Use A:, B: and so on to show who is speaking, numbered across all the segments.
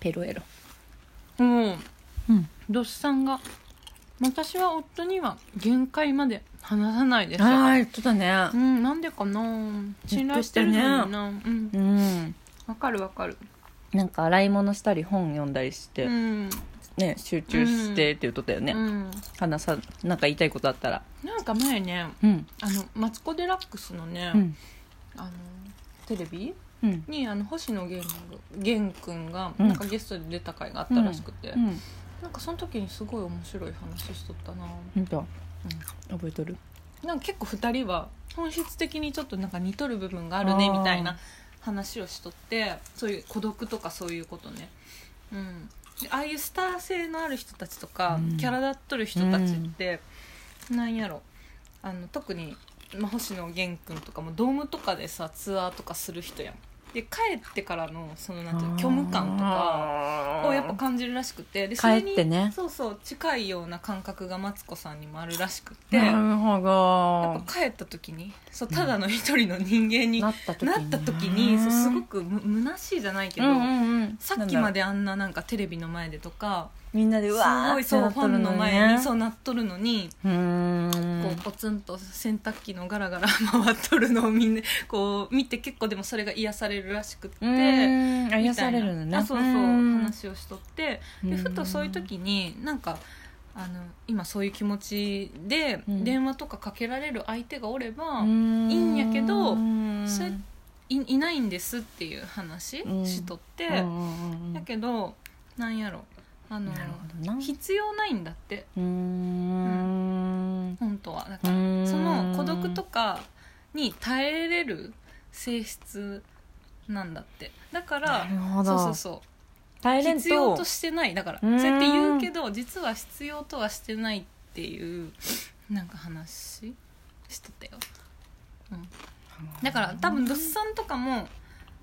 A: ペロエロ
B: うん
A: うん
B: ドスさんが私は夫には限界まで話さないです
A: ああ言ってたね
B: うんなんでかな信頼してるのにな、うん
A: うん
B: わかるわかる
A: なんか洗い物したり本読んだりして、
B: うん、
A: ね集中してって言っとったよね、
B: うん、
A: 話さなんか言いたいことあったら
B: なんか前ね
A: うん
B: あのマツコ・デラックスのね、
A: うん
B: あのテレビ
A: うん
B: にあの星野源源くんが
A: うん
B: なんかゲストで出た回があったらしくて、
A: うん
B: なんかその時にすごい面白い話しとったな
A: ほんと覚えとる
B: なんか結構2人は本質的にちょっとなんか似とる部分があるね
A: あー
B: みたいな話をしとってそういう孤独とかそういうことねうんでああいうスター性のある人たちとか、
A: うん
B: キャラ立っとる人たちって、なんやろあの特に、まあ、星野源くんとかもドームとかでさツアーとかする人やんで帰ってからのそのなんていうの虚無感とか
A: か
B: をやっぱ感じるらしくてで
A: 帰ってね
B: それにそうそう近いような感覚がマツコさんにもあるらしくて
A: な
B: やっ
A: るほど
B: ぱ帰った時にそうただの一人の人間にな
A: な
B: っ
A: った時に
B: た時にそうすごくむ虚しいじゃないけど、
A: うんうんうん
B: さっきま
A: で
B: であんななんかテレビの前でとか
A: みんなですうわー
B: ごい
A: って
B: そう
A: なっ
B: フ
A: と
B: ァ
A: る
B: ン
A: の
B: の前に
A: ね
B: そうなっとるのに。
A: うーん
B: こうポツンと洗濯機のガラガラ回っとるのをみんなこう見て結構でもそれが癒されるらしくって
A: うーんあ癒されるのね
B: みたいなあそうそう
A: ーん
B: 話をしとってでふとそういう時になんかあの今そういう気持ちで
A: うん
B: 電話とかかけられる相手がおれば、
A: うーん
B: いいんやけど
A: うーん
B: そうやいいないんですっていう話
A: うん
B: しとって、
A: うんうんうん
B: だけどなんやろあの
A: なるほどな
B: 必要ないんだって
A: うーん
B: 本当はだ
A: う
B: から
A: ーん
B: その孤独とかに耐えれる性質なんだってだから
A: なるほ
B: そ
A: ど
B: うそうそう
A: 耐えれんと
B: 必要としてないだから
A: う
B: そ
A: ーん
B: うやって言うけど実は必要とはしてないっていうなんか話しとったよだから多分ドスさんとかも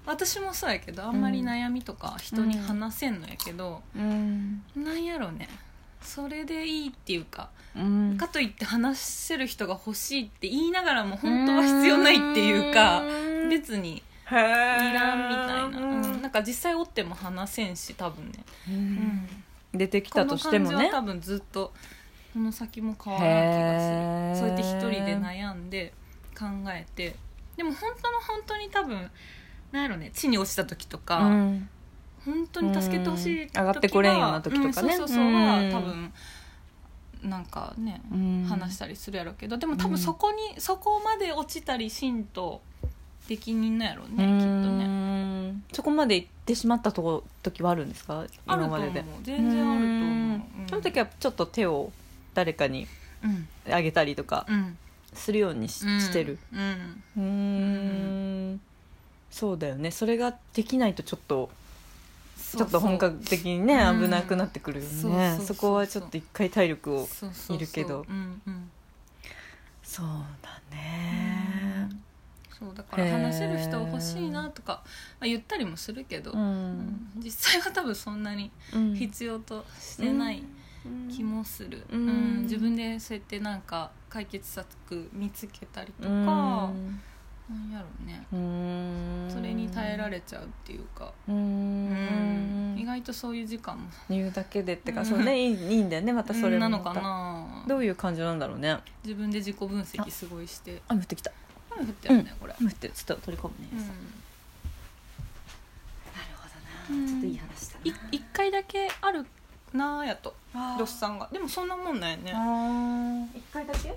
B: 私もそうやけどあんまり悩みとか人に話せんのやけど、
A: うん
B: なんやろねそれでいいっていうか
A: うん
B: かといって話せる人が欲しいって言いながらも本当は必要ないっていうか
A: ーん
B: 別
A: い
B: にいらんみたいな、うん、
A: な
B: なんか実際おっても話せんし多分ね、うん
A: 出てき
B: こ
A: た
B: の
A: として
B: 感
A: も
B: じは
A: ね
B: 多分ずっとこの先も変わらない
A: へー
B: 気がするそうやって一人で悩んで考えてでも本当の本当に多分なんやろね地に落ちた時とか、
A: うん
B: 本当に助けてほしい時は
A: うん上がってこれんような時とかね
B: うんそうそうそう
A: うん
B: は多分なんかね
A: うん
B: 話したりするやろうけどでも多分そこに、そこまで落ちたりしんとできにんなんやろうね、
A: う
B: きっとね
A: ーんそこまで行ってしまったとこ時はあるんですか
B: ある
A: 今
B: と
A: ま
B: 思
A: で
B: う
A: で
B: 全然あると
A: う
B: 思う、
A: んその時はちょっと手を誰かに
B: うん
A: あげたりとか
B: うん
A: するようにし,、
B: うん
A: てる
B: うん
A: うーんそうだよねそれができないとちょっと
B: ち
A: ちょっと本格的にね
B: うん
A: 危なくなってくるよね
B: そうそうそうそう
A: そこはちょっと一回体力をいるけど
B: うんうん、
A: そうだね
B: そうだから
A: へー
B: 話せる人欲しいなとか、まあ、言ったりもするけど、
A: うん、
B: 実際は多分そんなに
A: うん
B: 必要としてない気もする、
A: うん
B: うん自分でそうやってなんか解決策見つけたりとか、
A: うん
B: なんやろうね
A: うん
B: それに耐えられちゃうっていうか、
A: う
B: うん
A: ん
B: 意外とそういう時間も
A: 言うだけでってか、
B: うん
A: そうねいいいいんだよねまたそれも
B: なの
A: また
B: かな
A: どういう感じなんだろうね
B: 自分で自己分析すごいして
A: 雨降ってきた
B: 雨降ってるね、これ、
A: 雨降ってるちょっと取り込むね、
B: うん
A: なるほ
B: うん
A: 話だ
B: い一回だけあるなーやと
A: な
B: ロスさんがでもそんなもんなんやね
A: あ一回だけ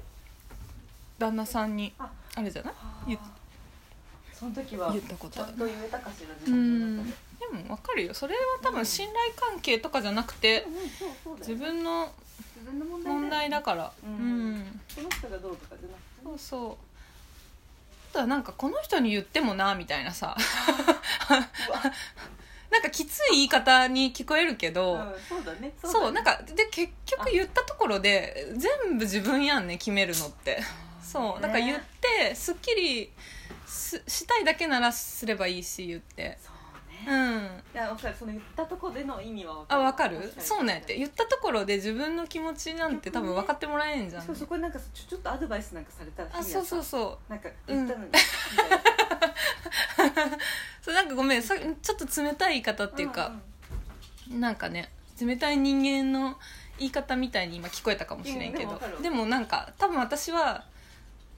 B: 旦那さんに
A: あ
B: あれじゃない言っ
A: その時は
B: 言ったことある
A: と言えたかしら
B: う
A: 自分の
B: ん
A: 中
B: で
A: で
B: も分かるよそれは多分信頼関係とかじゃなくて
A: うんそうそうだ
B: 自
A: よ
B: 分の
A: 自分の問題
B: 問
A: だよ
B: 題だからう、
A: うんんその人がどうとかじゃなくて
B: そうそうただなんかこの人に言ってもなみたいなさ なんかきつい言い方に聞こえるけど、
A: うんそうだね
B: そう
A: だね
B: なんかで結局言ったところで全部自分やんね決めるのってそうだから言ってすっきりすしたいだけならすればいいし言って
A: そう
B: う
A: ね
B: ん
A: いやわかるその言ったとこでの意味は
B: あわ
A: わ
B: かるそうなんやって
A: し
B: 言ったところで自分の気持ちなんて多分分かってもらえんじゃん、
A: かもそこになんかちょちょっとアドバイスなんかされたら
B: あそうそうそう
A: なんか言ったのに、
B: そうなんかごめんさちょっと冷たい言い方っていうか、
A: んん
B: なんかね冷たい人間の言い方みたいに今聞こえたかもしれんけ
A: うんでも
B: ど
A: わかる
B: でもなんか多分私は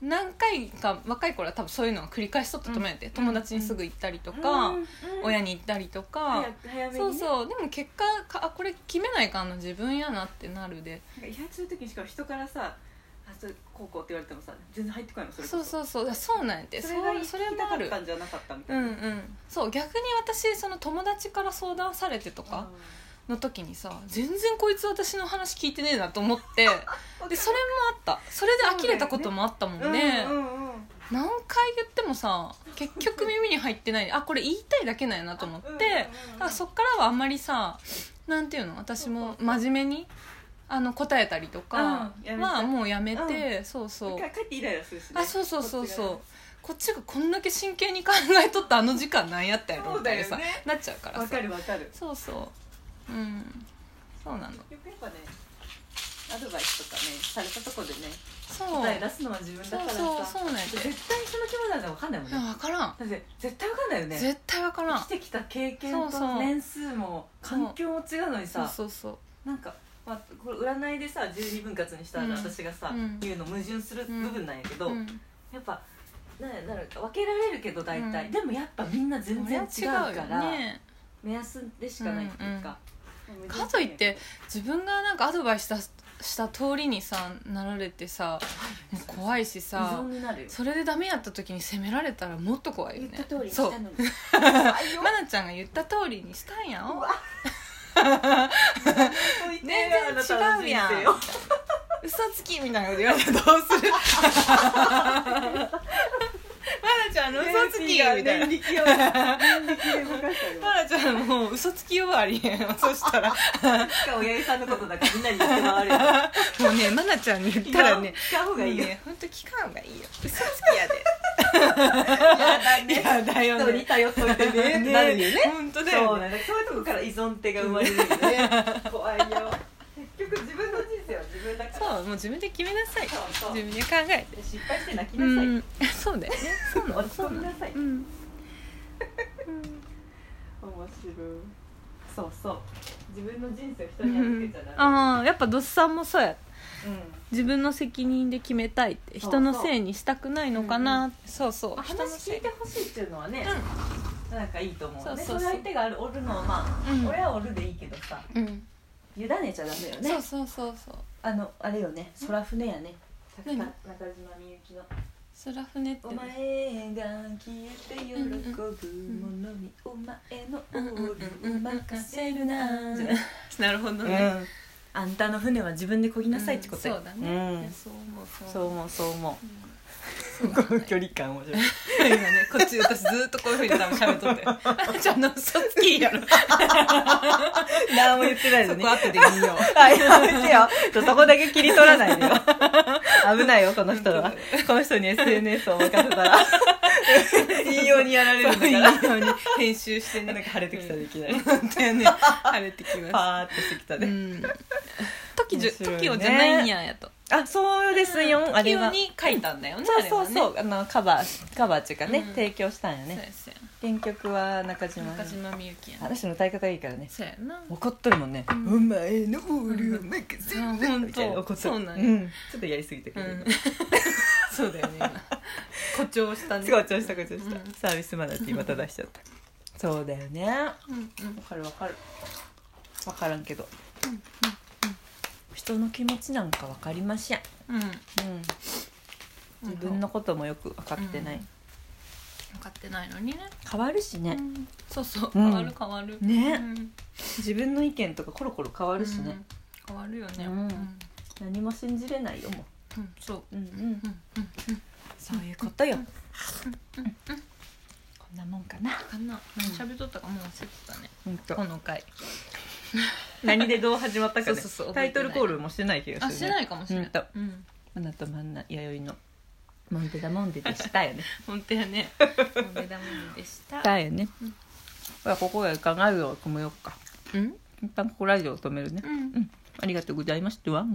B: 何回か若い頃は多分そういうのを繰り返しとったと思うんやで、
A: ん
B: 友達にすぐ行ったりと
A: と
B: か、親
A: に
B: に行ったりとか
A: 早、早めに、ね、
B: そうそうでも結果かあこれ決めないかんの自分やなってなるで
A: なんか違反する時にしかも人からさ「あそれこうこう」って言われてもさ全然入ってこないもんそれこ
B: そうそうそうそうなんやで
A: そ
B: そ
A: れが
B: う
A: 言い
B: それ
A: た
B: もあ
A: かっ
B: る
A: たんじゃなかったみた
B: う
A: い
B: ん
A: な、
B: う
A: あ
B: んそう逆に私その友達から相談されてと
A: ー
B: かの時にさ全然こいつ私の話聞いてねえなと思ってでそれもあったそれで呆れたこともあったもんね
A: うんうんうん
B: 何回言ってもさ結局耳に入ってないあこれ言いたいだけなんやなと思って、
A: うんうんうん
B: だからそっからはあんまりさなんていうの私も真面目にあの答えたりとか
A: うんやめた
B: はもうやめて、そうそう
A: 帰ってイライラするし、ね、
B: あそうそうそうそう
A: こ
B: こっちがこんだけ真剣に考えとったあの時間なんやったやろみたいなさ、
A: そうだよね
B: なっちゃうか
A: っちが
B: ら
A: わ
B: さ
A: かるわかる
B: そうそううんそうなの
A: よくやっぱねアドバイスとかねされたとこでね
B: そう
A: 答え出すのは自分だ
B: そ
A: か
B: う
A: らさ
B: そうそうなんやでい
A: 絶対人の気持ちなんて分かんないもん
B: や
A: ね
B: 分からん
A: だって絶対分かんないよね
B: 絶対分からん
A: 生きてきた経
B: そ
A: 験
B: うそう
A: と年数も環境も違うのに
B: そう
A: さ
B: そうそう
A: なんか、まあ、これ占いでさ十二分割にしたら
B: うん
A: 私がさ、
B: うん
A: 言うの矛盾する部分なんやけど、
B: うん
A: やっぱななんか分けられるけど大体、
B: うん
A: でもやっぱみんな全然違うか
B: これは
A: ら
B: 違うよね
A: 目安でしかないっていうか、
B: かといって自分がなんかアドバイス出すした通りにさなられてさもう怖いし
A: 依
B: さ
A: 存になるよ
B: それでダメやった時に責められたらもっと怖いよ
A: 言っ
B: ね
A: た通りにし
B: そ
A: た
B: う
A: のに
B: まなちゃんが言った通りにしたんや
A: う
B: ん
A: わ全
B: 全然違うやん嘘つきみたいなこと言われたらどう するまなちゃんの嘘つきみたいな
A: 年力を年力で動かしたよ
B: まなちゃんもう嘘つき呼ばわりやんそしたら
A: しかも親父さんのことだからみんなに言って回るよ
B: もうねまなちゃんに言 ったらね
A: 使う方がいいよ
B: ね本当聞かん方がいいよ嘘つきやで
A: ね
B: いやだよ
A: 人に
B: ね。
A: 頼っといてねってなるよね
B: 本当だ
A: そ
B: よ
A: う
B: ね。
A: なんだそういうとこから依存手が生まれるよね怖いよ結局自分の人生は自分だから
B: そう、もう自分で決めなさい。
A: そうそう
B: 自分で考えて。
A: 失敗して泣き
B: う
A: なさい、
B: ん、そうだよね。そうなの。
A: 落ち
B: そ
A: 込
B: う
A: み
B: な
A: な
B: の。
A: さい、
B: う
A: 面
B: ん。
A: 白いそうそう自分の人生を人に預けちゃダメ、
B: ああ、やっぱドスさんもそうや。
A: うん
B: 自分の責任で決めたいって、
A: そう
B: 人のせいにしたくないのか
A: うんう
B: な。そうそう。
A: 話
B: 人のせ
A: 聞いてほしいっていうのはね、なんかいいと思うね
B: そ
A: そうう
B: そうそう
A: いう相手があるおるのはまあ、
B: うん
A: 俺はおるでいいけどさ
B: うん。うん。
A: 委ねちゃダメよね
B: そうそうそうそう。
A: あのあれよね空船やね作家
B: 何
A: 中島みゆきの
B: スラフネって
A: お
B: ね。
A: 前が消えて喜ぶものにお前のオールを任せるな
B: うんなるほど
A: う
B: ね。
A: んあんたの船は自分で漕ぎなさいってこと
B: うん
A: や
B: そうだね。いや
A: ん
B: そう思う。
A: そう思うそう思
B: そうう
A: こ
B: だ
A: の
B: ね
A: 距離感面白い
B: 今ねこっち私ずっとこういうふうに多分喋っと ってよあちゃんの嘘つきやろ
A: 何も言ってないの
B: そ
A: ね
B: こ後で見よう
A: はいやめてよちょそこだけ切り取らない でよ危ないよこの人はこの人に SNS を任せた ら引用にやられるんだから
B: そういいように編集してね
A: なんか晴れてきたでいきなり
B: 本当やね晴れてきます
A: パーってしてきた
B: う
A: ね、
B: ん時じゅ
A: 面白いね
B: 時をじゃないんややと
A: あそうですよ、
B: うん
A: あれは
B: 時をに書いたんだよね
A: そうそう
B: あれ
A: そ
B: は
A: うあのカバーカバーっていうかね、
B: うん
A: 提供したんよ
B: ねそうや
A: ね
B: そう
A: 原曲は中
B: や
A: 島
B: 中島みゆきや
A: あ
B: ね
A: の人の歌い方いいからね
B: そうやな
A: 怒っとるもんね、
B: ん
A: お前のオールを任せる
B: うんあほんと
A: みたいな怒っとる
B: そうなんや
A: ん、ちょっとやりすぎたけ
B: う
A: ど、
B: んそうだよね今誇張したね
A: すごい調子した誇張した、
B: うん
A: サービスマナーって今た出しちゃったそうだよねわ
B: うんうん
A: かるわかるわからんけど、人の気持ちなんかわかりません、
B: うん
A: うん、自分のこともよく分かってない、
B: うん分かってないのにね
A: 変わるしね、
B: うんそうそう
A: うん
B: 変わる変わる
A: ね
B: うん
A: 自分の意見とかコロコロ変わ
B: 変
A: るしね、
B: 変わるよね
A: うん
B: うん
A: 何も信じれないよも
B: うんそう
A: う、うんうん
B: うんうん
A: そういうことよ、
B: うんうん
A: こんなもんかな
B: かな喋っとったかもう忘れてたね
A: 本当
B: この回
A: 何でどう始まったかね
B: そうそうそう
A: タイトルコールもしてない気が
B: あ
A: す
B: し
A: る、
B: て
A: ね、
B: ないかもしれな
A: う
B: い
A: んと
B: うん
A: マナとマンナ弥生のモンデダモンデでしたよね
B: 本当やねモデダモンでした
A: だよね、
B: うん
A: ほらここで考えを止めようか
B: うん
A: 一旦ここラジオを止めるね、
B: うん
A: うん、ありがとうございましたわ